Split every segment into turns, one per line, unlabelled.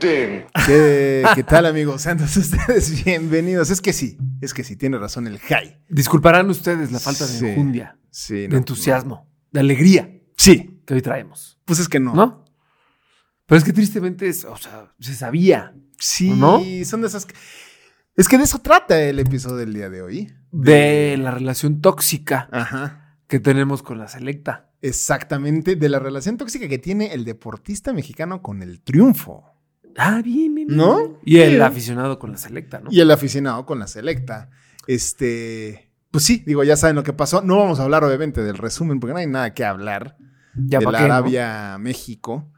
ding.
¿Qué, qué tal, amigos? Sean todos ustedes bienvenidos. Es que sí, es que sí, tiene razón el high.
Disculparán ustedes la falta
Sí.
de enjundia,
Sí,
de
no,
entusiasmo, de alegría
Sí,
que hoy traemos,
pues es que no.
¿no? Pero es que tristemente, es, o sea, se sabía
Sí,
¿No?
son de esas. que- Es que de eso trata el episodio del día de hoy.
de la relación tóxica
Ajá.
que tenemos con la selecta.
Exactamente, de la relación tóxica que tiene el deportista mexicano con el triunfo.
Ah, bien, bien, bien.
¿No?
Y el
Bien.
aficionado con la selecta, ¿no?
Y el aficionado con la selecta. Este. Pues sí, digo, ya saben lo que pasó. No vamos a hablar, obviamente, del resumen, porque no hay nada que hablar.
ya
de
pa'
la
qué, ¿no?
Arabia a México.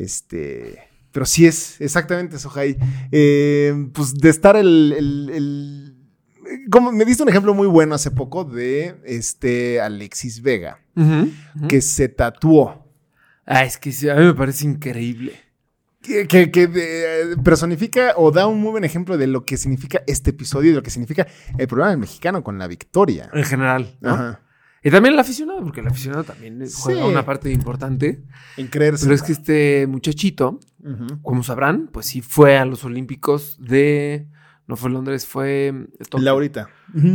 Este, pero sí es exactamente eso, Jai. Eh, pues de estar el, el- el- como me diste un ejemplo muy bueno hace poco de este Alexis Vega,
Ujú, ujú.
que se tatuó.
Ah, es que sí, a mí me parece increíble.
Que, que- que, eh, personifica o da un muy buen ejemplo de lo que significa este episodio y de lo que significa el problema del mexicano con la victoria.
En general. Eh, ¿no?
Ajá.
Y también el aficionado, porque el aficionado también es- juega
Sí.
una parte importante.
En creerse.
Pero es que este muchachito,
Ujú.
como sabrán, pues sí fue a los Olímpicos de. No fue Londres, fue. mm, Tokio.
Laurita.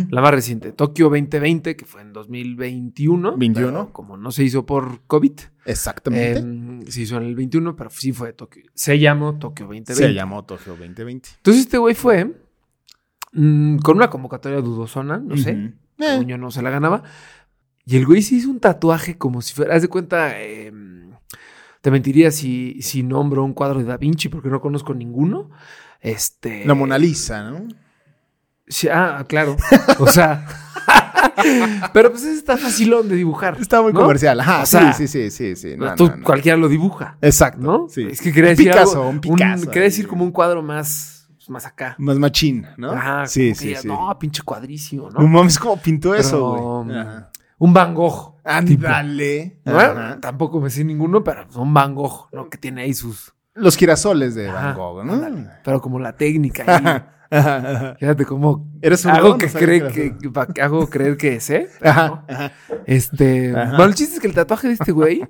La más reciente, Tokio 2020, que fue en 2021.
21.
pero Como no se hizo por COVID,
Exactamente.
eh, se hizo en el 21, pero sí fue de Tokio. Se llamó Tokio 2020.
se llamó Tokio 2020.
Entonces este güey fue mm, con una convocatoria dudosona, no sé. Eh,
Ujú.
según yo no se la ganaba. Y el güey se hizo un tatuaje como si fuera. Haz de cuenta, eh, te mentiría si, si nombro un cuadro de Da Vinci, porque no conozco ninguno. Este.
La Mona Lisa, ¿no?
Sí, ah, claro. O sea. pero pues ese está facilón de dibujar.
Está muy
¿no?
comercial. Ajá,
O sea,
sí, sí, sí, sí, sí. No,
Tú-
no, no.
Cualquiera lo dibuja.
Exacto.
¿No?
Sí.
Es que quería
Un
decir.
Picasso,
algo-
un Picasso.
quería
ahí.
decir como un cuadro más, más acá.
Más machín, ¿no?
Ajá,
sí,
como que
sí,
ya,
sí.
No, pinche cuadrísimo,
No
¿no?
mames, ¿cómo pintó eso,
Pero,
güey?
um,
Ajá.
Un Van Gogh. tipo.
Ándale.
Bueno,
Ajá.
tampoco me sé ninguno, pero son Van Gogh, ¿no? Que tiene ahí sus.
Los girasoles de Van
Ajá,
Gogh, ¿no?
ándale. Pero como la técnica ahí.
Ajá, ajá,
Fíjate cómo.
Eres un
hago
don,
que,
o sea,
cree
que-
que, pa- que hago creer que es, ¿eh? Pero
ajá,
no.
ajá.
Este.
Ajá.
Bueno, el chiste es que el tatuaje de este güey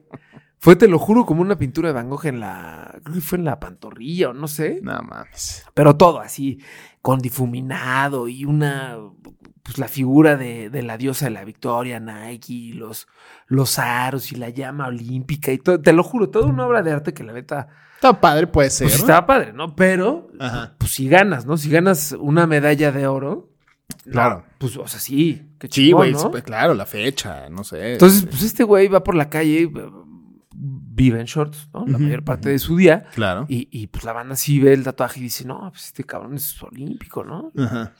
fue, te lo juro, como una pintura de Van Gogh en la. creo que Fue en la pantorrilla o no sé.
No mames.
Pero todo así, con difuminado y una. Pues la figura de, de la diosa de la victoria, Nike, y los, los aros y la llama olímpica y todo. Te lo juro, toda una obra de arte que la neta.
Está padre, puede ser.
Pues estaba padre, ¿no? Pero,
Ajá.
pues si ganas, ¿no? Si ganas una medalla de oro. no,
Claro.
pues, o sea, sí. Qué
Sí, güey,
¿no?
pues, claro, la fecha, no sé.
Entonces, pues este güey va por la calle, eh, vive en shorts, ¿no? La
Ujú,
mayor parte de su día.
claro.
Y, y, pues la banda sí ve el tatuaje y dice, no, pues este cabrón es olímpico, ¿no?
Ajá.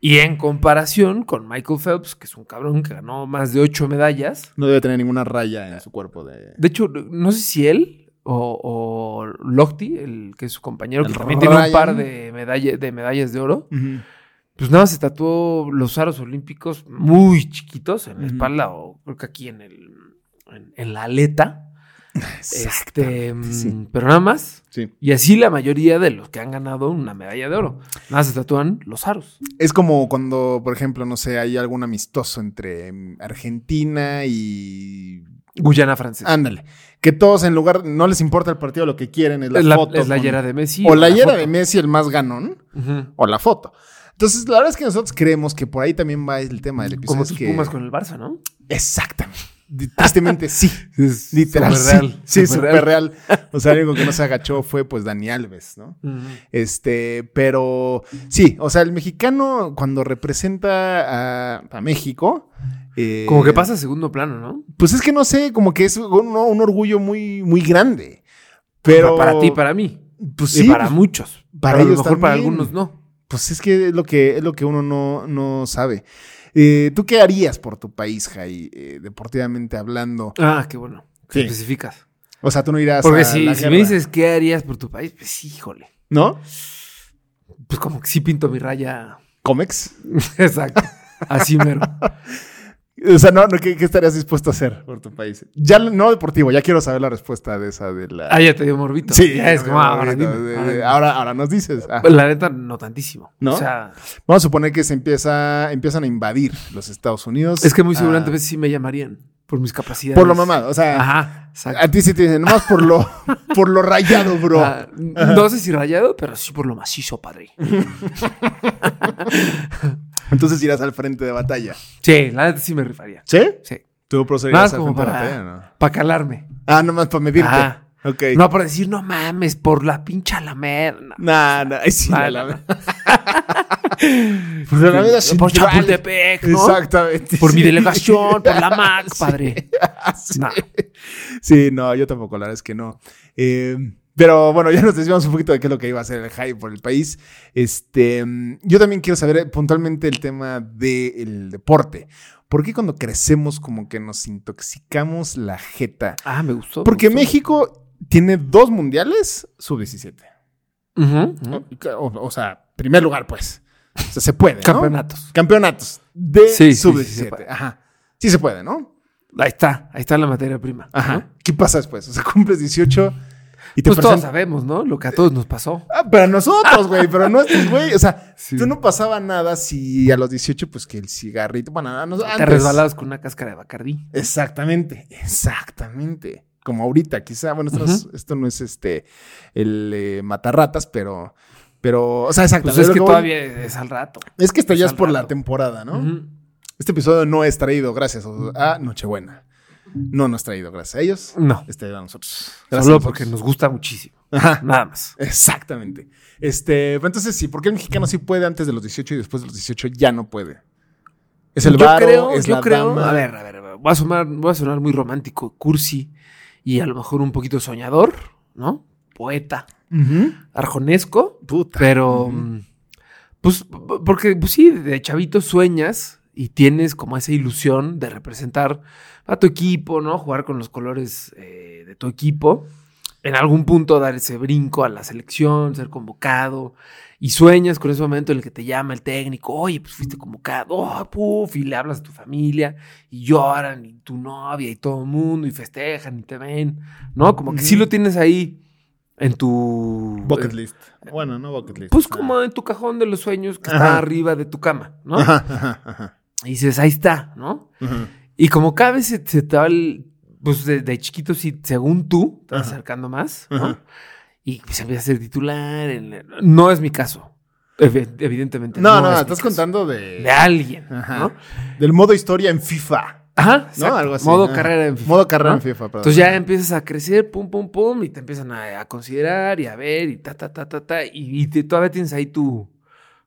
Y en comparación con Michael Phelps, que es un cabrón que ganó más de ocho medallas.
No debe tener ninguna raya en su cuerpo de.
De hecho, no sé si él o, o Lochte, el que es su compañero, que
El
también tiene un
Ryan.
par de, medalla- de medallas de oro.
Ujú.
Pues nada, más se tatuó los aros olímpicos muy chiquitos en la
Ujú.
espalda o creo que aquí en el en, en la aleta. Este,
Exactamente, sí.
mm, pero nada más.
Sí.
Y así la mayoría de los que han ganado una medalla de oro. Nada más se tatúan los aros.
Es como cuando, por ejemplo, no sé, hay algún amistoso entre mm, Argentina y.
Guyana francesa.
Ándale. Que todos en lugar. No les importa el partido, lo que quieren es la,
es la,
foto.
es la
con-
yera de Messi.
O la yera
foto.
de Messi, el más ganón,
Ujú.
o la foto. Entonces, la verdad es que nosotros creemos que por ahí también va el tema del episodio.
Como
es
tus
que...
Pumas con el Barça, ¿no?
Exactamente. Di- Tristemente sí.
Es
Literal.
superreal,
sí. Sí, súper
superreal.
real. O sea, el único que no se agachó fue pues Dani Alves, ¿no?
Ujú.
Este, pero sí, o sea, el mexicano cuando representa a, a México. eh,
Como que pasa a segundo plano, ¿no?
Pues es que no sé, como que es un, un orgullo muy, muy grande. Pero.
para ti, para mí.
Pues
y
sí,
para
pues,
muchos.
para
Pero a lo
ellos
mejor para
también.
algunos no.
Pues es que es lo que, es lo que uno no, no sabe. Eh, ¿Tú qué harías por tu país, Jai, eh, deportivamente hablando?
Ah, qué bueno.
Sí.
Especificas.
O sea, tú no irás
Porque
a
si,
la
si
guerra,
me dices qué harías por tu país, pues híjole.
¿No?
pues como que sí pinto mi raya.
¿Comex?
Exacto. Así mero.
O sea, no, no, ¿qué, qué estarías dispuesto a hacer por tu país? Ya no deportivo, ya quiero saber la respuesta de esa de la.
Ah, ya te dio morbito.
Sí,
Ya es como, ah,
ahora,
ahora dime, ahora dime.
ahora, ahora nos dices. Ah.
La neta, no tantísimo.
¿No?
O sea,
Vamos a suponer que se empieza, empiezan a invadir los Estados Unidos.
es que muy seguramente a
Ah,
veces sí me llamarían por mis capacidades.
Por lo mamado, o sea,
Ajá, exacto.
a ti sí te dicen, nomás por lo, por lo rayado, bro.
Ah, no sé si rayado, pero sí por lo macizo, padre.
Entonces irás al frente de batalla.
Sí, la neta sí me rifaría.
¿Sí?
Sí.
Tú
Nada más
procederías al
como
frente de
para,
batalla, ¿no?
para calarme.
Ah, nomás para medirte.
Ajá.
Ok.
No, para decir, no mames, por la pincha la merda.
Nah, nah, ahí sí,
Nah,
la-
nah,
la- Pues la verdad es
por
individual.
Chapultepec, ¿no?
Exactamente.
Por mi
sí.
delegación, por la MAC, padre.
Sí.
No.
Sí, no, yo tampoco, la verdad es que no. Eh, pero bueno, ya nos desviamos un poquito de qué es lo que iba a hacer el hype por el país. Este, mm, yo también quiero saber eh, puntualmente el tema del deporte. ¿Por qué cuando crecemos como que nos intoxicamos la jeta?
Ah, me gustó. me
Porque
gustó.
México tiene dos mundiales sub-17.
Ujú, ujú.
O, o sea, primer lugar, pues. O sea, se puede, ¿no?
Campeonatos.
Campeonatos de
Sí, sí,
sub-17.
sí, sí se puede.
Ajá. Sí se puede, ¿no?
Ahí está, ahí está la materia prima.
Ajá.
¿no?
¿Qué pasa después? O sea, cumples 18 y te
Pues todos
presentas.
sabemos, ¿no? Lo que a todos nos pasó.
Ah, pero a nosotros, güey, pero no a estos güey. O sea,
Sí.
tú no pasaba nada si a los 18, pues que el cigarrito. Bueno, a nos-
Te
antes-
resbalabas con una cáscara de Bacardí.
Exactamente, exactamente. Como ahorita, quizá. Bueno, esto, no, es, esto no es este. El eh, matarratas, pero. Pero, o sea, exacto.
Pues es
lo
que
voy-
todavía es al rato.
Es que esto ya
es
es
al
por
rato.
la temporada, ¿no?
Ujú.
Este episodio no es traído gracias a a Nochebuena. No, no es traído gracias a ellos.
No.
Este a nosotros. Gracias a
Solo
nosotros.
porque nos gusta muchísimo.
Ajá.
Nada más.
Exactamente. Este, pero entonces sí, ¿por qué el mexicano sí puede antes de los 18 y después de los 18 ya no puede? Es el varo, es la dama.
A ver, a ver, a ver, voy a, sonar, voy a sonar muy romántico, cursi y a lo mejor un poquito soñador, ¿no? Poeta,
Ujú.
arjonesco,
Puta.
pero
Ujú.
mm, pues p- porque pues sí, de chavito sueñas y tienes como esa ilusión de representar a tu equipo, ¿no? Jugar con los colores eh, de tu equipo. En algún punto dar ese brinco a la selección, ser convocado. Y sueñas con ese momento en el que te llama el técnico, oye, pues fuiste convocado, oh, puf, y le hablas a tu familia, y lloran, y tu novia, y todo el mundo, y festejan, y te ven, ¿no? Como que sí
Ujú.
lo tienes ahí en tu...
Bucket
eh,
list. Bueno, no bucket list.
pues
Ah.
como en tu cajón de los sueños que
Ajá.
está arriba de tu cama, ¿no?
Ajá, ajá, ajá,
Y dices, ahí está, ¿no?
ajá.
Y como cada vez se, se te va el- pues de, de chiquito, sí, según tú, te vas
Ajá.
acercando más, ¿no?
Ajá.
Y pues empiezas a ser titular. en- No es mi caso. Evi- Evidentemente.
No, no,
es mi
estás
caso.
contando
De
de,
alguien,
Ajá.
¿no?
del modo historia en FIFA.
Ajá,
¿No?
exacto.
Algo así.
Modo
Ah.
carrera en FIFA.
Modo carrera
¿no?
en FIFA, perdón.
Entonces ya em- empiezas a crecer, pum, pum, pum, y te empiezan a, a considerar y a ver y ta, ta, ta, ta, ta. Y, y te- todavía tienes ahí tu,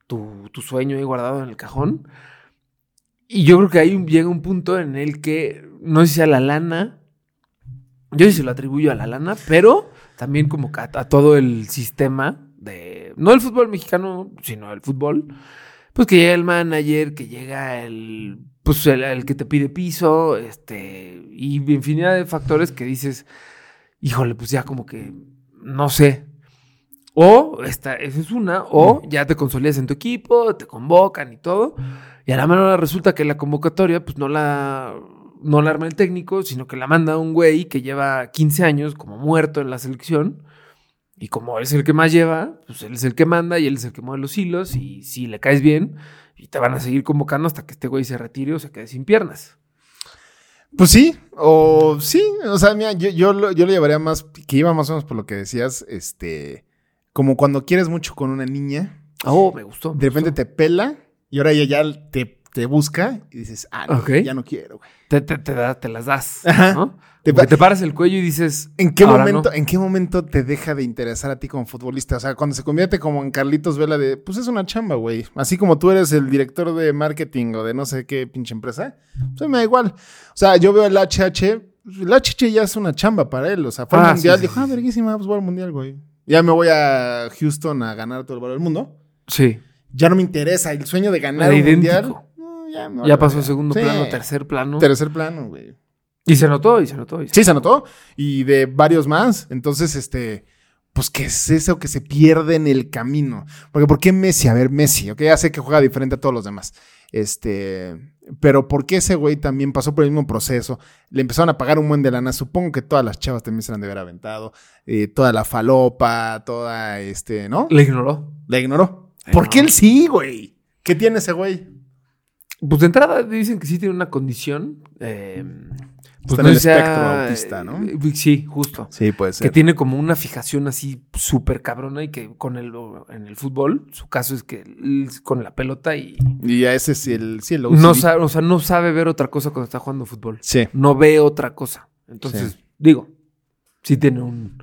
tu, tu sueño ahí guardado en el cajón. Y yo creo que ahí llega un punto en el que, no sé si a la lana, yo sí se lo atribuyo a la lana, pero también como que a, a todo el sistema de, no el fútbol mexicano, sino el fútbol, pues que llega el manager, que llega el, pues el, el que te pide piso, este, y infinidad de factores que dices, híjole, pues ya como que, no sé. O, esta, esa es una, o ya te consolidas en tu equipo, te convocan y todo, y a la mano resulta que la convocatoria, pues no la, no la arma el técnico, sino que la manda un güey que lleva 15 años como muerto en la selección. Y como él es el que más lleva, pues él es el que manda y él es el que mueve los hilos. Y si le caes bien, y te van a seguir convocando hasta que este güey se retire o se quede sin piernas.
Pues sí, o sí, o sea, mira, yo, yo, lo, yo lo llevaría más, que iba más o menos por lo que decías, este, como cuando quieres mucho con una niña,
Oh, me gustó. me
De repente
gustó.
te pela y ahora ella ya te, te busca y dices, ah, no,
Ok.
ya no quiero, güey.
te, te, te da- te las das.
Ajá.
¿no?
Te
Te,
pa-
te paras el cuello y dices.
¿En qué,
"Ahora
momento,
no".
¿En qué momento te deja de interesar a ti como futbolista? O sea, cuando se convierte como en Carlitos Vela de, pues es una chamba, güey. Así como tú eres el director de marketing o de no sé qué pinche empresa, pues me da igual. O sea, yo veo el HH, el HH ya es una chamba para él. O sea, fue
Ah,
al mundial,
sí, sí,
dijo,
sí,
ah,
sí.
verguísima, pues voy al mundial, güey. Ya me voy a Houston a ganar todo el valor del mundo.
Sí.
Ya no me interesa el sueño de ganar
Era
un mundial.
idéntico.
no, ya, me vale
Ya pasó
verga.
a segundo
Sí.
plano, tercer plano.
Tercer plano, güey.
y se notó, y se notó. y se-
Sí, se anotó. Y de varios más. Entonces, este. pues que es eso que se pierde en el camino. Porque ¿por qué Messi? A ver, Messi, ok, ya sé que juega diferente a todos los demás. Este, pero ¿por qué ese güey también pasó por el mismo proceso? Le empezaron a pagar un buen de lana. Supongo que todas las chavas también se la han de haber aventado. eh, toda la falopa, toda este, ¿no?
Le ignoró.
La ignoró.
Ay,
¿Por
no.
qué él sí, güey? ¿Qué tiene ese güey?
Pues de entrada dicen que sí tiene una condición. eh, pues
Está en el espectro autista, ¿no?
eh, Sí, justo.
Sí, puede
Que tiene como una fijación así súper cabrona y que con el en el fútbol, su caso es que él es con la pelota y
Y a ese sí, el, sí, el
no
OCD.
sabe, o sea, no sabe ver otra cosa cuando está jugando fútbol.
Sí.
No ve otra cosa. Entonces, digo, sí tiene un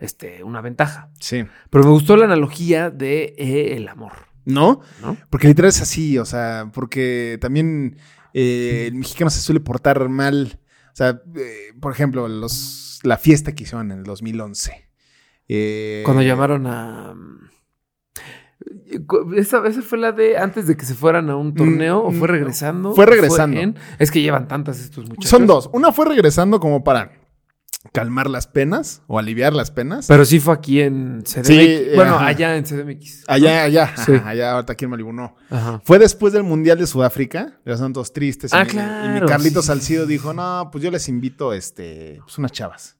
este una ventaja.
Sí.
Pero me gustó la analogía de eh, el amor,
¿No?
¿no?
Porque literal es así, o sea, porque también eh, el mexicano se suele portar mal. O sea, eh, por ejemplo, los, la fiesta que hicieron en el 2011. Eh,
Cuando llamaron a mm, esa, esa fue la de antes de que se fueran a un torneo o
mm,
fue regresando.
fue
¿O
regresando.
en? es que llevan tantas estos muchachos.
Son dos. Una fue regresando como para calmar las penas o aliviar las penas.
Pero sí fue aquí en CDMX.
Sí,
bueno,
ajá.
allá en CDMX.
allá, allá,
Sí.
ajá, allá, ahorita aquí en Malibu, no.
Ajá.
Fue después del Mundial de Sudáfrica, los santos tristes. y,
Ah,
mi,
claro,
y mi Carlito
sí,
Salcido
sí, sí.
dijo, no, pues yo les invito este, pues unas chavas.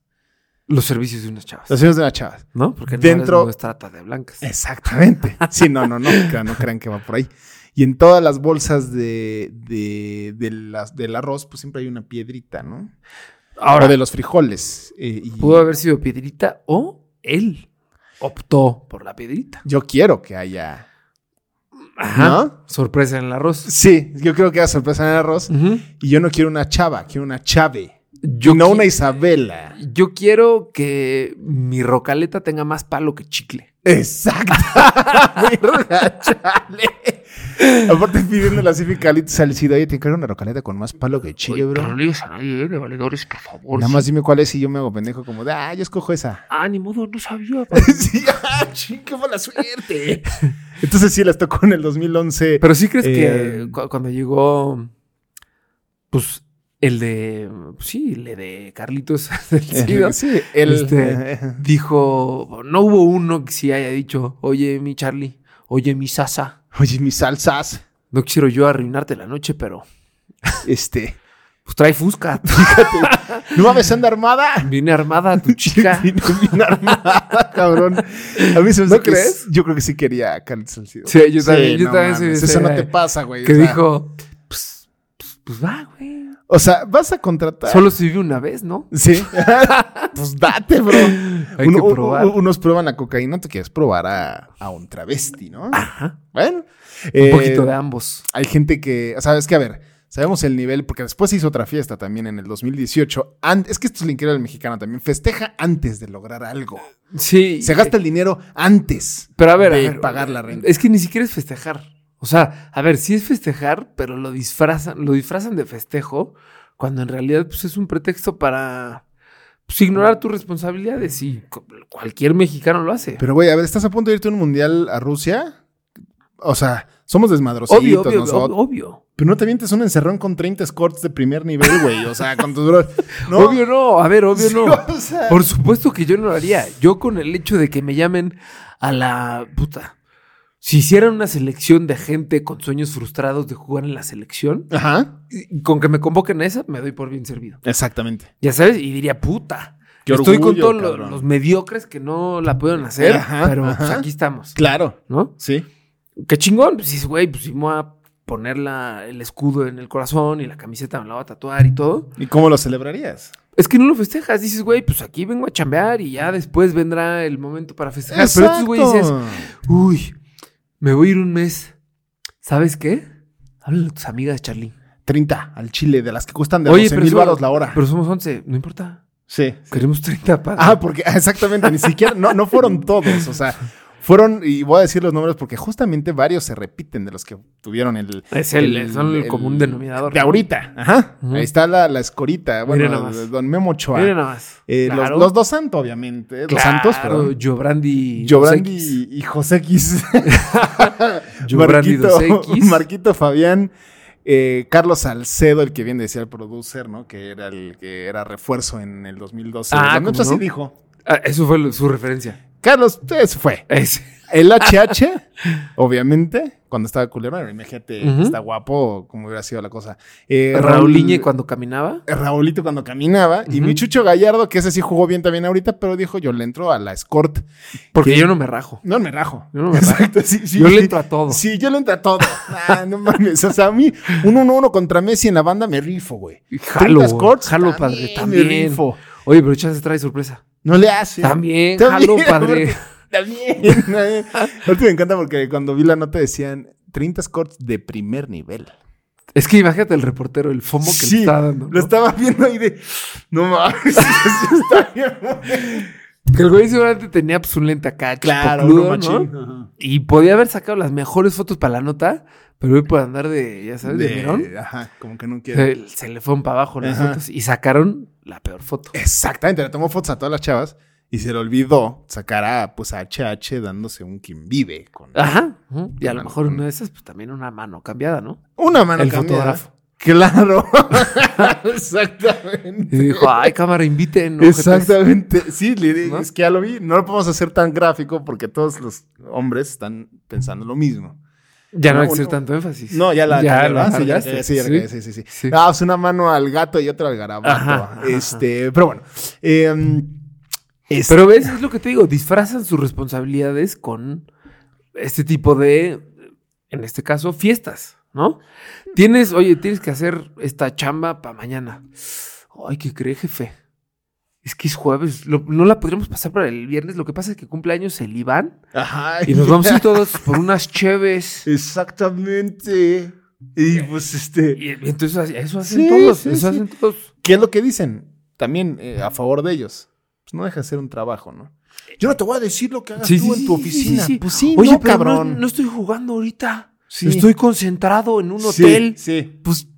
Los servicios de unas chavas.
Los señores de las chavas.
¿No? Porque no,
Dentro-
eres- no es trata de blancas.
Exactamente. Sí, no, no, no, crean- no crean que va por ahí. Y en todas las bolsas de, de, de las, del arroz, pues siempre hay una piedrita, ¿no?
Ahora,
o de los frijoles. eh, y
pudo haber sido Piedrita o él optó por la Piedrita.
Yo quiero que haya.
Ajá.
¿No?
Sorpresa en el arroz.
Sí, yo creo que haya sorpresa en el arroz.
Ujú.
Y yo no quiero una chava, quiero una chave.
Yo
no
qui-
una Isabela.
Yo quiero que mi rocaleta tenga más palo que chicle.
Exacto. Verga, chale. Aparte pidiéndole así mi Carlito Salcido, oye, te encargo una rocaleta con más palo que chile, bro.
digas a nadie, eh, de valedores, por favor.
Nada más dime cuál es y yo me hago pendejo como de, ah, yo escojo esa.
Ah, ni modo, no sabía.
sí, ah, ching, qué mala suerte. Entonces sí, las tocó en el 2011.
Pero sí crees que
Eh,
cu- cuando llegó, pues, el de, pues sí, el de Carlitos del Cid,
Eh, sí, el... eh,
Este- dijo, no hubo uno que sí haya dicho, oye, mi Charlie, oye, mi Sasa,
Oye, mis salsas,
no quiero yo arruinarte la noche, pero
este...
pues trae fusca,
¿No mames, anda armada?
viene armada tu chica.
Sí, no viene armada, cabrón. A mí se me hace
¿No
que
crees?
es- yo creo que sí quería a Carlos Salcido.
Sí, yo también, yo
no
también soy
mames,
de
Eso
ese-
no te pasa, güey.
que
o sea,
dijo, pues, pues, pues va, güey.
O sea, vas a contratar...
Solo se vive una vez, ¿no?
Sí. pues date, bro.
Hay
Uno-
que probar.
u- u- unos prueban la cocaína, tú quieres probar a, a un travesti, ¿no?
Ajá.
Bueno.
Un
eh,
poquito de ambos.
Hay gente que, sabes que, a ver, sabemos el nivel, porque después se hizo otra fiesta también en el 2018. An- es que esto es lo increíble del mexicano también. Festeja antes de lograr algo.
Sí.
Se gasta el dinero antes.
Pero a ver, a
de
ver, eh,
pagar la renta.
Es que ni siquiera es festejar. O sea, a ver, sí es festejar, pero lo disfrazan, lo disfrazan de festejo, cuando en realidad pues, es un pretexto para pues, ignorar tus responsabilidades y cu- cualquier mexicano lo hace.
Pero, güey, a ver, ¿estás a punto de irte a un mundial a Rusia? O sea, somos desmadrositos
obvio, obvio,
nosotros.
ob- obvio.
Pero no te avientes un encerrón con 30 escorts de primer nivel, güey. O sea, con tus bro- No,
Obvio no, a ver, obvio
Sí,
no.
o sea-
Por supuesto que yo no lo haría. Yo con el hecho de que me llamen a la puta. Si hicieran una selección de gente con sueños frustrados de jugar en la selección,
Ajá.
y con que me convoquen a esa, me doy por bien servido.
Exactamente.
Ya sabes, y diría, puta.
Qué
estoy con
orgullo,
todos lo-
cabrón.
los mediocres que no la pudieron hacer,
Ajá,
pero
ajá.
pues, aquí estamos,
Claro.
¿no?
Sí.
Qué chingón. Pues dices, güey, pues si me voy a poner la- el escudo en el corazón y la camiseta me la voy a tatuar y todo.
¿Y cómo lo celebrarías?
Es que no lo festejas. Dices, güey, pues aquí vengo a chambear y ya después vendrá el momento para festejar. Ah, Pero estos güeyes dices, uy, me voy a ir un mes. ¿Sabes qué? Háblale a tus amigas, Charlie.
30 al chile, de las que cuestan de 12 mil
somos-
baros la hora.
Pero somos 11, no importa.
sí.
Queremos 30 para.
Ah, porque ah, exactamente, ni siquiera, no, no fueron todos, o sea, fueron, y voy a decir los números porque justamente varios se repiten de los que tuvieron el...
Es el- son el común denominador,
De
¿no?
ahorita, ajá.
Ujú.
Ahí está la, la escorita,
Mira
bueno,
nada más.
don Memo Ochoa.
Miren nada más.
Eh, los-
Claro.
los, dos santos, obviamente. Los santos, pero...
Jobrandi.
Giovanni y y José X.
Giovanni dos X.
Marquito Fabián. eh, Carlos Salcedo, el que bien decía el producer, ¿no? Que era el que era refuerzo en el 2012.
Ah,
Lamento
¿cómo no?
así dijo.
Ah, eso fue lo- su referencia.
Carlos, eso fue.
Es-
El HH, obviamente, cuando estaba culero, bueno, imagínate,
Ujú.
está guapo, como hubiera sido la cosa. Eh,
Raúl Iñe cuando caminaba.
Raulito cuando caminaba. Y
Ujú.
mi Chucho Gallardo, que ese sí jugó bien también ahorita, pero dijo, yo le entro a la escort.
Porque
¿Qué?
yo no me rajo.
No, me rajo.
Yo no me rajo.
Exacto, sí, sí.
Yo le entro a todo.
Sí, yo le entro a todo. Ah, no mames. O sea, a mí, un 1-1 contra Messi en la banda me rifo, güey.
Y Jalo,
30
güey.
scores,
jalo
también
padre,
me
también.
rifo.
Oye, pero chance trae sorpresa.
No le hace.
También,
También,
jalo padre.
También. También. Ahorita me encanta porque cuando vi la nota decían 30 scores de primer nivel.
Es que imagínate el reportero, el FOMO que
Sí,
le está dando. ¿no?
Lo estaba viendo ahí de. No mames. eso sí está bien.
Que el güey seguramente tenía pues, un lente acá,
Claro,
chipocludo,
uno
¿no?
machín. Ajá.
Y podía haber sacado las mejores fotos para la nota, pero hoy por andar de, ya sabes, de, Merón,
De- Ajá, como que no quiere.
se, se le fueron para abajo las
Ajá.
fotos y sacaron la peor foto.
Exactamente, le tomó fotos a todas las chavas y se le olvidó sacar a, pues, a HH dándose un quien vive con
Ajá. ujú. Y a lo
Una-
mejor una de esas, pues también una mano cambiada, ¿no?
una mano
El
cambiada.
fotógrafo.
Claro. Exactamente.
Y dijo, ay, cámara, inviten. ojetes".
Exactamente. Sí, le di-
¿No?
es que ya lo vi. No lo podemos hacer tan gráfico porque todos los hombres están pensando lo mismo.
Ya no
No,
hay que hacer
no.
tanto énfasis.
No, ya la
Ya
cagué,
lo
¿verdad? Sí, ya la
agarraste.
cagué, sí, ya la
Sí.
cagué, sí, sí, sí.
Sí.
Ah, pues una mano al gato y otra al garabato.
Ajá, ajá,
este, pero bueno. eh, es-
Pero ves, es lo que te digo, disfrazan sus responsabilidades con este tipo de, en este caso, fiestas, ¿no? Tienes, oye, tienes que hacer esta chamba para mañana. Ay, ¿qué cree, jefe? Es que es jueves, lo- no la podríamos pasar para el viernes. Lo que pasa es que cumpleaños el Iván
Ajá.
y nos vamos a ir todos por unas cheves.
Exactamente. Y pues este.
Y entonces eso hacen
Sí,
todos,
sí,
eso
sí.
hacen todos.
¿Qué es lo que dicen? También eh, a favor de ellos. Pues no deja de ser un trabajo, ¿no? Yo no te voy a decir lo que hagas
Sí,
tú
sí,
en
sí,
tu
sí, sí,
oficina.
sí.
Pues sí,
Oye,
no,
pero no-
cabrón.
No, estoy jugando ahorita.
Sí.
Estoy concentrado en un
Sí,
hotel.
Sí. Pues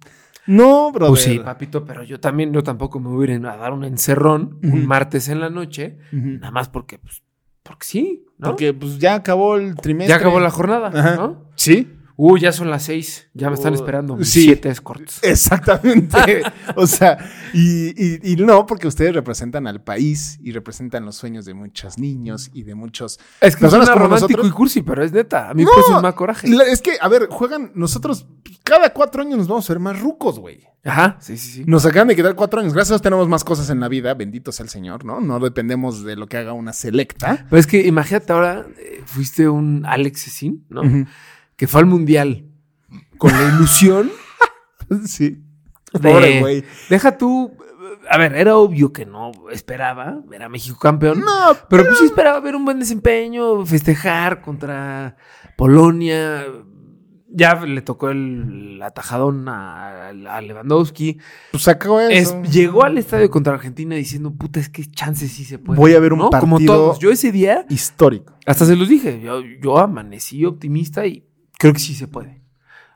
no, brother.
Pues sí, papito, pero yo también, yo tampoco me voy a ir a dar un encerrón un
Ujú.
martes en la noche,
Ujú.
nada más porque, pues, porque sí, ¿no?
Porque pues ya acabó el trimestre.
ya acabó la jornada,
Ajá.
¿no?
Sí.
Uh, ya son las seis, ya me están
Uh,
esperando mis
sí. Eh,
siete escorts.
Exactamente. o sea, y, y- y no, porque ustedes representan al país y representan los sueños de muchos niños y de muchos.
Es
personas
que Pues suena
como
romántico
nosotros.
y cursi, pero es neta, a mí
No,
por eso me da coraje.
La- es que, a ver, juegan nosotros, cada cuatro años nos vamos a ver más rucos, güey.
Ajá, sí, sí, sí.
Nos acaban de quedar cuatro años. Gracias a Dios tenemos más cosas en la vida, bendito sea el Señor, ¿no? No dependemos de lo que haga una selecta.
Pero es que imagínate ahora, eh, fuiste un Alex Sin, ¿no? Que fue al mundial con la ilusión
Sí.
de-
Pobre güey.
Deja tú. eh, A ver, era obvio que no esperaba ver a México campeón.
No,
Pero pues sí esperaba ver un buen desempeño, festejar contra Polonia. Ya le tocó el atajadón a, a Lewandowski.
pues sacó
Es-
eso.
llegó al estadio contra Argentina diciendo, puta, es que chance sí se puede.
Voy a ver un
¿no? Como
partido-
todos. Yo ese día,
Histórico.
hasta se los dije, yo, yo amanecí optimista y creo que sí se puede.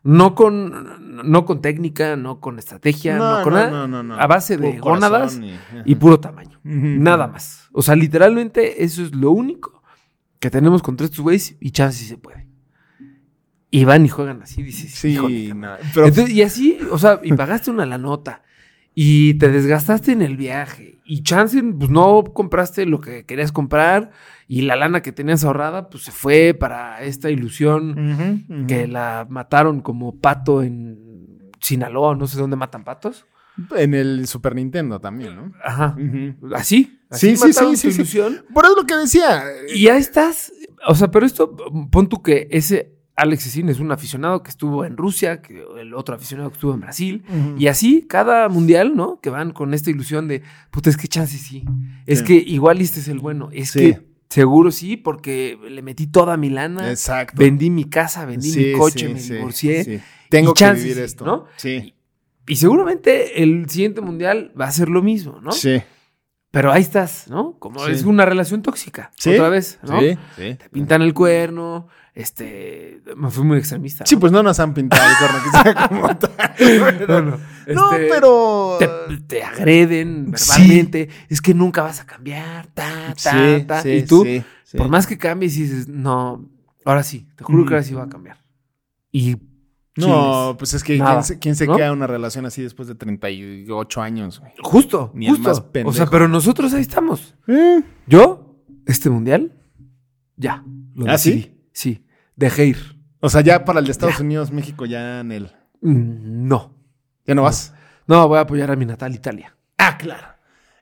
No con, no con técnica, no con estrategia, no, con nada. A base de
Puro corazón
gónadas
y-
y
Ujú.
puro tamaño.
Ujú.
Nada más. O sea, literalmente eso es lo único que tenemos contra estos güeyes y chance si se puede. Y van y juegan así, dices. "Híjole,
Sí,
cabrón".
no, pero
Entonces, y así, o sea, y pagaste una la nota y te desgastaste en el viaje y chance, pues no compraste lo que querías comprar y la lana que tenías ahorrada, pues se fue para esta ilusión
Ujú, ujú.
que la mataron como pato en Sinaloa, no sé dónde matan patos.
en el Super Nintendo también, ¿no?
Ajá.
Ujú.
Así.
Sí,
así
sí,
mataron
sí,
tu
sí, sí.
ilusión.
Pero es lo que decía.
Y ya estás. O sea, pero esto, pon tú que ese Alex Cecín es un aficionado que estuvo en Rusia, que el otro aficionado que estuvo en Brasil.
Ujú.
Y así, cada mundial, ¿no? Que van con esta ilusión de, puta, es que chance sí. Es
Sí.
que igual este es el bueno. Es
Sí.
que seguro sí, porque le metí toda mi lana.
Exacto.
Vendí mi casa, vendí
Sí,
mi coche,
sí,
me
sí,
divorcié.
sí. Tengo que
chances,
vivir
sí,
esto.
¿no?
Sí.
Y seguramente el siguiente mundial va a ser lo mismo, ¿no?
Sí.
Pero ahí estás, ¿no? Como
Sí.
es una relación tóxica.
Sí.
Otra vez, ¿no?
Sí. Sí.
Te pintan el cuerno, este, me fui muy extremista.
Sí, pues no nos han pintado el cuerno que sea como tal.
No, no,
No,
este,
pero. ah,
Te, te agreden verbalmente, es que nunca vas a cambiar, ta, ta, ta. y tú,
sí, sí.
por más que cambies, dices, no, ahora sí, te juro
Mm.
que ahora sí va a cambiar. Y
No, pues es que
Nada,
¿quién se, quién se
¿no?
queda en una relación así después de 38 años, güey?
justo,
Ni el
justo.
más
o
pendejo.
Eh. sea, pero nosotros ahí estamos. Yo, este mundial, Ya. Lo
¿Ah, sí?
decidí. Sí. Dejé ir.
O sea, ya para el de Estados Unidos, México, ya en el.
Mm, No.
¿Ya no vas?
No, voy a apoyar a mi natal Italia.
Ah, claro.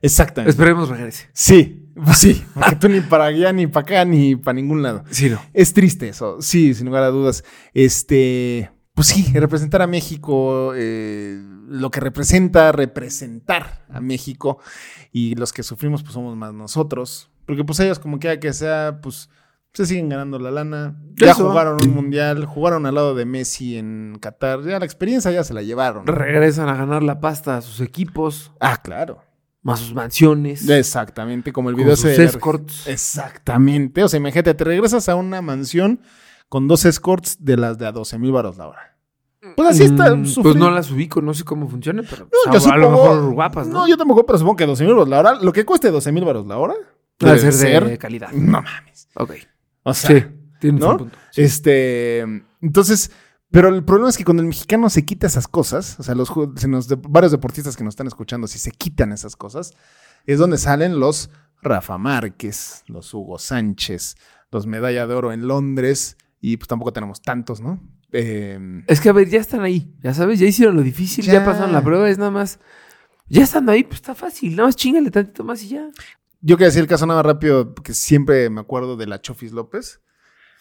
Exactamente.
Esperemos regrese.
Sí, pues sí. Porque tú ni para allá, ni para acá, ni para ningún lado.
Sí, no.
Es triste eso, sí, sin lugar a dudas. Este, pues sí, representar a México, eh, lo que representa, representar a México y los que sufrimos, pues somos más nosotros. Porque pues ellos, como quiera que sea, pues se siguen ganando la lana. Ya
Eso.
jugaron un mundial, jugaron al lado de Messi en Qatar, ya la experiencia ya se la llevaron.
Regresan a ganar la pasta a sus equipos,
Ah, claro.
más sus mansiones.
Exactamente, como el
Con
video
sus
ese de la-
escorts.
Exactamente. O sea, imagínate, te regresas a una mansión con dos escorts de las de a 12 mil baros la hora. Pues así está.
Mm, pues
sufrir.
no las ubico, no sé cómo funcionan, pero
No,
o sea,
yo
a lo
supongo-
mejor guapas, ¿no?
No, yo tampoco, pero supongo que 12 mil baros la hora. Lo que cueste 12 mil baros la hora.
Ha de
debe
ser de calidad.
No mames.
Ok.
O sea,
sí, tienes
¿no?
un punto. Sí.
Este, entonces, pero el problema es que cuando el mexicano se quita esas cosas, o sea, los, ju- se nos- varios deportistas que nos están escuchando, si se quitan esas cosas, es donde salen los Rafa Márquez, los Hugo Sánchez, los Medalla de Oro en Londres, y pues tampoco tenemos tantos, ¿no? Eh,
Es que, a ver, ya están ahí, ya sabes, ya hicieron lo difícil, ya,
Ya.
pasaron la prueba, es nada más. Ya estando ahí, pues está fácil, nada más chingale tantito más y ya.
yo quería decir el caso nada más rápido, que siempre me acuerdo de la Chofis López.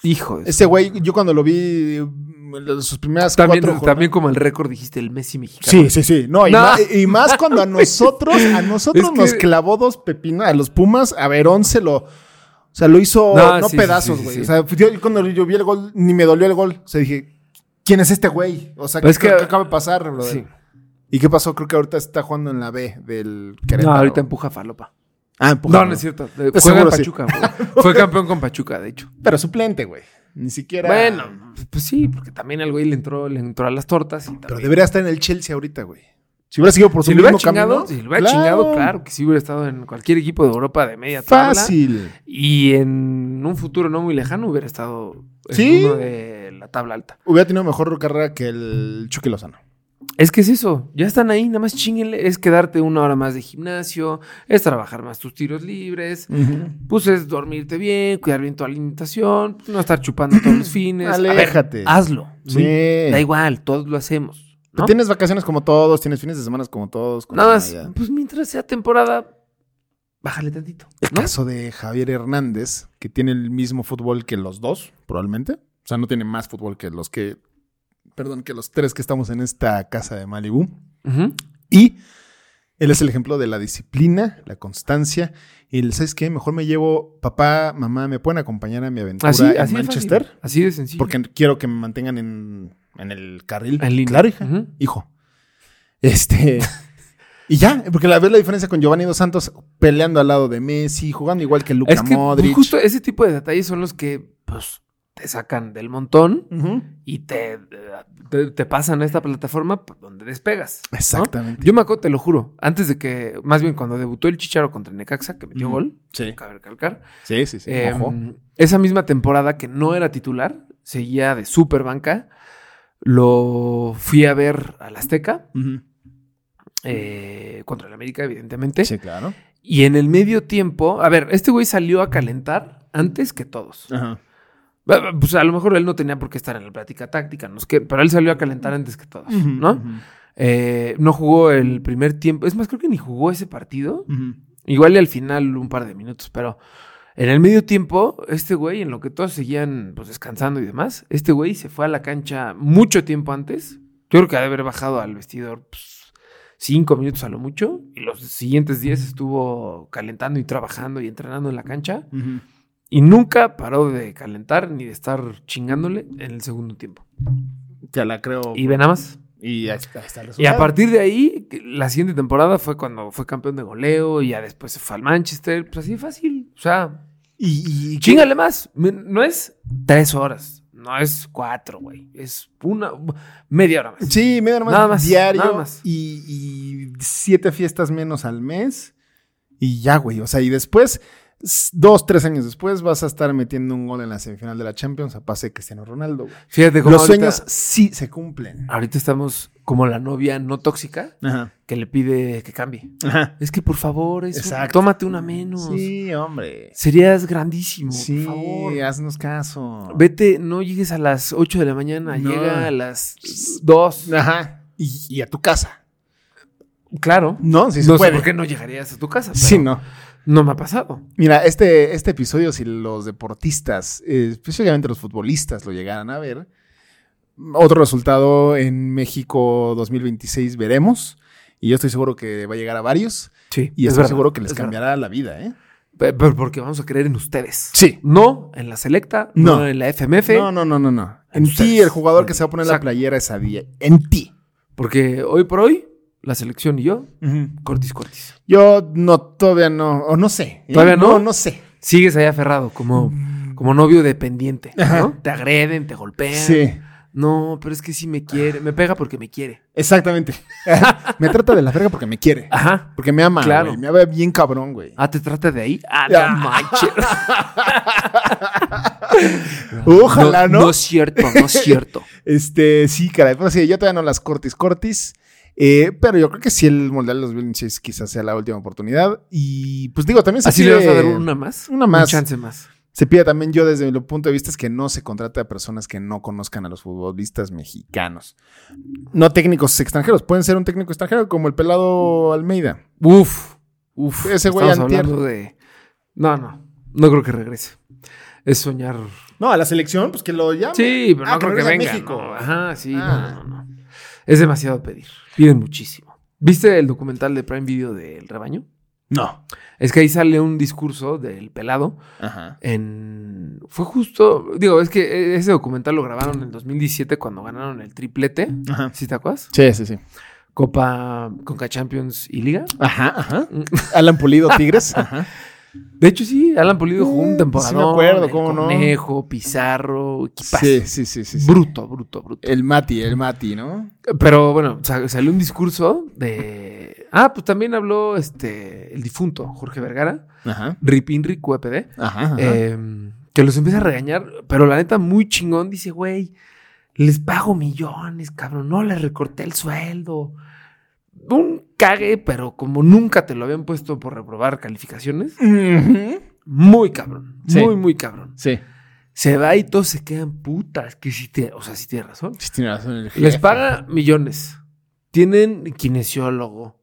Hijo de
Ese güey, yo cuando lo vi, eh, sus primeras
también,
cuatro jornadas-
también como el récord dijiste, el Messi mexicano.
Sí, sí, sí. No, y,
No.
ma- y más, cuando a nosotros, a nosotros
Es que-
nos clavó dos pepinos, a los Pumas, a Verón se lo. O sea, lo hizo
No,
no,
sí, sí,
pedazos,
sí,
güey.
sí.
O sea, yo cuando yo vi el gol, ni me dolió el gol. O sea, dije, ¿quién es este güey? O sea, ¿qué,
Pero Pues es que-
qué acaba de pasar, brother?
Sí.
¿Y qué pasó? Creo que ahorita está jugando en la B del
No,
Querétaro.
ahorita empuja a Falopa.
Ah, empuja.
No, no es cierto. eh, Juega en
seguro sí.
Pachuca. güey. Fue campeón con Pachuca, de hecho.
Pero suplente, güey. Ni siquiera.
Bueno, pues sí, porque también al güey le entró, le entró a las tortas. Y
Pero
también-
debería estar en el Chelsea ahorita, güey. Si hubiera seguido por su
si lo
mismo
hubiera chingado,
camino.
si lo hubiera chingado, claro que sí hubiera estado en cualquier equipo de Europa de media tabla.
Fácil.
Y en un futuro no muy lejano hubiera estado en
Sí.
uno de la tabla alta.
Hubiera tenido mejor carrera que el Chucky Lozano.
Es que es eso, ya están ahí, nada más chinguenle, es quedarte una hora más de gimnasio, es trabajar más tus tiros libres, pues es dormirte bien, cuidar bien tu alimentación, no estar chupando todos los fines. A ver,
Aléjate.
hazlo.
Sí.
¿no? Da igual, todos lo hacemos. ¿no?
Tienes Ah, vacaciones como todos, tienes fines de semana como todos. con
Nada
la
más,
familia.
pues mientras sea temporada, bájale tantito.
El
¿no?
caso de Javier Hernández, que tiene el mismo fútbol que los dos, probablemente. O sea, no tiene más fútbol que los que. Perdón, que los tres que estamos en esta casa de Malibu.
Ujú.
Y él es el ejemplo de la disciplina, la constancia. Y el, ¿sabes qué? Mejor me llevo, papá, mamá, ¿me pueden acompañar a mi aventura
Así,
en
así de
Manchester?
fácil, así de sencillo.
Porque quiero que me mantengan en, en el carril.
En línea.
Claro, hija.
Ujú.
Hijo. Este. y ya, porque la ves la diferencia con Giovanni dos Santos peleando al lado de Messi, jugando igual que Luca
es que pues,
Modric.
justo ese tipo de detalles son los que, pues, te sacan del montón
Ujú.
y te, te, te pasan a esta plataforma p- donde despegas. ¿no?
Exactamente.
Yo me acuerdo, te lo juro, antes de que, más bien cuando debutó el Chicharo contra Necaxa, que metió
Ujú.
gol,
Sí.
cabe recalcar,
Sí, sí, sí.
eh,
Ojo.
esa misma temporada que no era titular, seguía de superbanca, lo fui a ver al Azteca,
Ujú.
eh, contra el América, evidentemente,
Sí, claro.
y en el medio tiempo, a ver, este güey salió a calentar antes que todos.
Ajá.
Ba- ba- Pues a lo mejor él no tenía por qué estar en la plática táctica, no es que, pero él salió a calentar antes que todos, ¿no? Eh, no jugó el primer tiempo, es más, creo que ni jugó ese partido,
Ujú. Ujú.
igual y al final un par de minutos, pero en el medio tiempo, este güey, en lo que todos seguían pues descansando y demás, este güey se fue a la cancha mucho tiempo antes, yo creo que ha de haber bajado al vestidor pues, cinco minutos a lo mucho, y los siguientes días estuvo calentando y trabajando y entrenando en la cancha.
Ujú.
Y nunca paró de calentar ni de estar chingándole en el segundo tiempo.
Te la creo.
Y ve nada más.
Y ahí está, ahí está el
Y a
resultado.
partir de ahí, que la siguiente temporada fue cuando fue campeón de goleo y ya después se fue al Manchester. Pues así de fácil. O sea,
Y, y-
chingale más. Me- No es tres horas. No es cuatro, güey. Es una, media hora más.
Sí, medio nomás
Nada más,
diario
nada más.
Y, y siete fiestas menos al mes y ya, güey. O sea, y después, s- dos, tres años después, vas a estar metiendo un gol en la semifinal de la Champions a pase de Cristiano Ronaldo. güey.
Fíjate cómo
Los
ahorita,
sueños sí se cumplen.
ahorita estamos como la novia no tóxica
Ajá.
que le pide que cambie.
Ajá.
Es que por favor, es un-
Exacto.
tómate una menos.
Sí, hombre.
Serías grandísimo.
Sí,
Por favor.
haznos caso.
Vete, no llegues a las 8 de la mañana,
No. Ah.
llega a las 2.
Ajá. Y, y a tu casa.
Claro.
No, si se
No sé
puede.
por qué no llegarías a tu casa. pero
Sí, no.
No me ha pasado.
Mira, este, este episodio, si los deportistas, eh, específicamente los futbolistas, lo llegaran a ver, otro resultado en México 2026 veremos. Y yo estoy seguro que va a llegar a varios.
Sí.
Y estoy seguro que les cambiará la vida, ¿eh?
Pero porque vamos a creer en ustedes.
Sí.
No en la selecta, no,
No.
en la FMF.
No, no, no, no, no. En
Ustedes.
ti, el jugador que se va a poner la
Exacto.
playera esa día. En ti.
Porque hoy por hoy, la selección y yo, cortis cortis.
Yo no, todavía no, o no sé. ¿eh?
¿Todavía no?
No, sé.
Sigues ahí aferrado como,
Mm.
como novio dependiente. ¿no? Te agreden, te golpean.
Sí,
No, pero es que sí me quiere. Me pega porque me quiere.
exactamente. me trata de la verga porque me quiere.
Ajá.
Porque me ama,
Claro.
güey. Me ama bien cabrón, güey.
Ah, ¿te trata de ahí? Ah,
Ya.
no manches.
Ojalá, ¿no?
No es cierto, no es cierto.
Este, sí, caray. Pero sí, yo todavía no las cortis, cortis. Eh, pero yo creo que sí el Mundial 2026 quizás sea la última oportunidad. Y pues digo, también se
Así le
pide...
vas a dar una más.
una más.
Un chance más.
Se pide también yo desde mi punto de vista es que no se contrate a personas que no conozcan a los futbolistas mexicanos. No técnicos extranjeros. Pueden ser un técnico extranjero como el pelado Almeida.
Uf, uf.
Ese güey
estamos
antier.
hablando de. No, no. No creo que regrese. Es soñar.
No, a la selección, pues que lo llame.
Sí, pero
Ah,
no creo que
regrese a
venga.
México.
no. Ajá, sí.
Ah.
No, no, no. Es demasiado pedir. Piden muchísimo. ¿Viste el documental de Prime Video del rebaño?
No.
Es que ahí sale un discurso del pelado
Ajá.
en... Fue justo... Digo, es que e-, ese documental lo grabaron en 2017 cuando ganaron el triplete.
Ajá.
¿Sí te acuerdas?
Sí, sí, sí.
Copa Conca Champions y Liga.
Ajá, ajá. Alan Pulido Tigres. Ajá.
De hecho, sí, Alan Pulido jugó un
Eh,
temporada.
sí me acuerdo, ¿cómo no?
Conejo, Pizarro, equipazo.
Sí, sí, sí, sí. sí.
Bruto, bruto, bruto.
El Mati, el Mati, ¿no?
Pero bueno, sa- salió un discurso de. Ah, pues también habló este el difunto Jorge Vergara,
Ajá.
Ripinri QPD,
Ajá. ajá.
eh, que los empieza a regañar, pero la neta muy chingón dice, güey, les pago millones, cabrón, no les recorté el sueldo. Un cague, pero como nunca te lo habían puesto por reprobar calificaciones,
Ujú.
muy cabrón,
Sí.
muy, muy cabrón.
Sí.
Se va y todos se quedan putas, que sí, te, o sea, sí tiene razón.
Sí, tiene razón el
Les
jefe.
paga millones. Tienen kinesiólogo,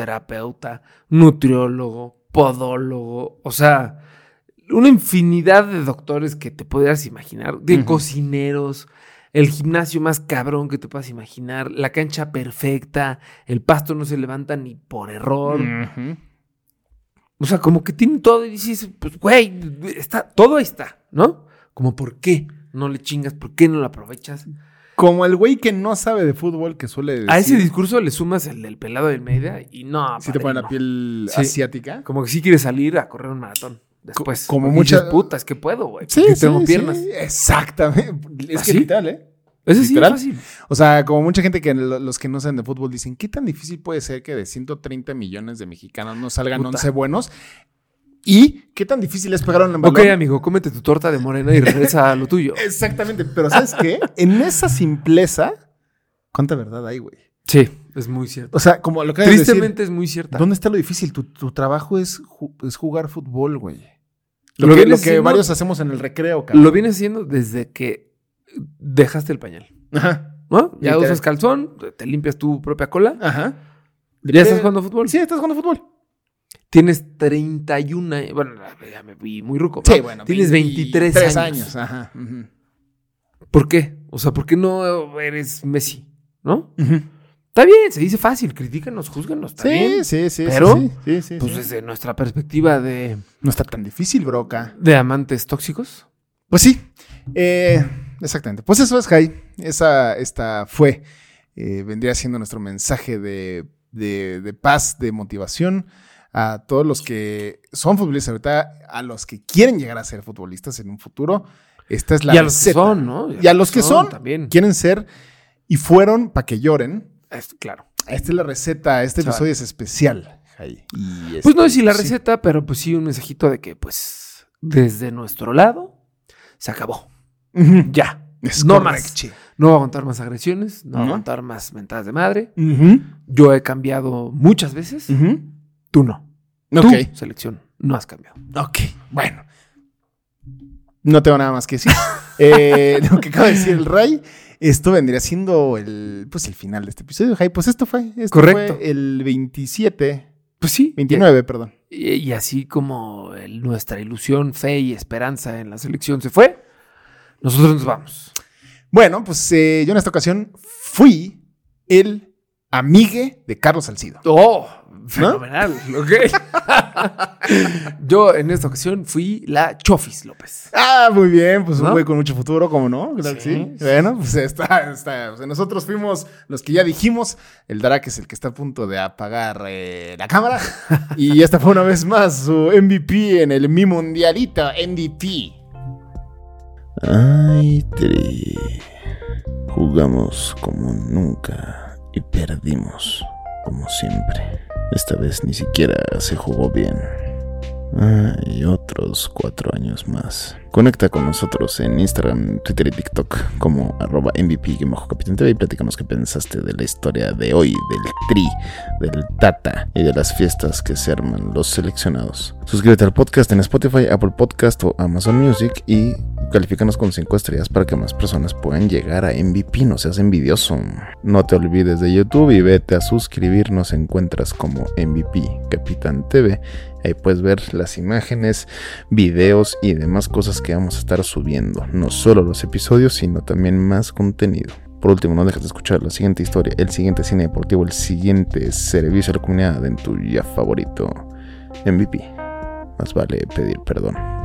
fisioterapeuta, nutriólogo, podólogo, o sea, una infinidad de doctores que te podrías imaginar, de
Ujú.
cocineros, el gimnasio más cabrón que te puedas imaginar, la cancha perfecta, el pasto no se levanta ni por error.
Ujú.
O sea, como que tienen todo y dices, pues, güey, está, todo ahí está, ¿no? Como, ¿por qué no le chingas? ¿Por qué no lo aprovechas?
Como el güey que no sabe de fútbol que suele decir.
A ese discurso le sumas el del pelado del media y no.
Si te ponen la
padrino.
piel
Sí.
asiática.
Como que sí quieres salir a correr un maratón después.
como
Porque
mucha-
dices, puta, es que puedo, güey. porque tengo piernas.
sí, exactamente. Es que
¿Ah, sí?
literal, ¿eh?
Eso sí es
Literal.
fácil.
O sea, como mucha gente que lo- los que no saben de fútbol dicen, ¿qué tan difícil puede ser que de 130 millones de mexicanos no salgan
Puta.
11 buenos? ¿Y qué tan difícil es pegar un balón?
Ok, amigo, cómete tu torta de morena y regresa a lo tuyo.
Exactamente, pero ¿sabes qué? en esa simpleza, ¿cuánta verdad hay, güey?
Sí, es muy cierto.
O sea, como lo que acabas de decir,
Tristemente es muy cierta.
¿dónde está lo difícil? Tu, tu trabajo es, ju- es jugar fútbol, güey. Lo,
Lo
que,
vienes
lo que
haciendo-
varios hacemos en el recreo, cabrón.
Lo vienes haciendo desde que dejaste el pañal.
Ajá,
¿No? Ya
Literal.
usas calzón, te limpias tu propia cola.
ajá.
Ya estás jugando fútbol.
Sí, estás jugando fútbol.
Tienes 31. a- Bueno, ya me vi muy ruco.
Ah,
¿no? Tienes 23 años.
Ajá. ujú.
¿Por qué? O sea, ¿por qué no eres Messi? ¿No? Está bien, se dice fácil, critícanos, júzganos, está
Sí,
bien.
sí, sí.
Pero,
sí, sí, sí,
Pues
sí.
desde nuestra perspectiva de,
no está tan difícil, broca.
de amantes tóxicos.
Pues sí, eh, exactamente. Pues eso es, Jai. Esa, esta fue, eh, vendría siendo nuestro mensaje de, de- de paz, de motivación a todos los que son futbolistas ahorita, a los que quieren llegar a ser futbolistas en un futuro. Esta es la
y a los que
receta.
son, ¿no?
Y a los que son,
también.
quieren ser y fueron para que lloren.
Es- claro.
Esta es la receta, este
Chale.
episodio es especial. Jai. Y
Pues no
este,
es si la
sí.
receta, pero pues sí un mensajito de que, pues, desde nuestro lado, se acabó.
Ujú.
Ya.
Es
no
correcto.
más. No va a aguantar más agresiones, no va a
No.
aguantar más mentadas de madre.
Ujú,
Yo he cambiado muchas veces.
Mm.
ujú.
Tú no.
Ok.
Tú, selección, no has cambiado.
Ok. Bueno. No tengo nada más que decir. Eh, lo que acaba de decir el Ray, esto vendría siendo el, pues, el final de este episodio, Jai. Pues esto fue. esto
Correcto.
fue el 27,
Pues sí.
29, perdón.
Y, y así como el- nuestra ilusión, fe y esperanza en la selección se fue, nosotros nos vamos.
Bueno, pues eh, yo en esta ocasión fui el amigue de Carlos Salcido.
¡Oh! Fenomenal. Yo en esta ocasión fui la Chofis López.
Ah, muy bien, pues un
¿No?
güey con mucho futuro, ¿cómo no? Claro que
Sí,
sí.
sí.
Bueno, pues está, está. o sea, nosotros fuimos los que ya dijimos. El Drac es el que está a punto de apagar eh, la cámara. y esta fue una vez más su MVP en el Mi Mundialito MVP.
Ay, Tri. Jugamos como nunca y perdimos como siempre. Esta vez ni siquiera se jugó bien. Ay, Ah, otros cuatro años más. Conecta con nosotros en Instagram, Twitter y TikTok como arroba MVP-capitán y platícanos qué pensaste de la historia de hoy, del tri, del Tata y de las fiestas que se arman los seleccionados. Suscríbete al podcast en Spotify, Apple Podcast o Amazon Music y califícanos con 5 estrellas para que más personas puedan llegar a MVP, no seas envidioso. No te olvides de YouTube y vete a suscribir, nos encuentras como MVP Capitán TV. Ahí puedes ver las imágenes, videos y demás cosas que vamos a estar subiendo. No solo los episodios, sino también más contenido. Por último, no dejes de escuchar la siguiente historia, el siguiente cine deportivo, el siguiente servicio a la comunidad en tu ya favorito. MVP. Más vale pedir perdón.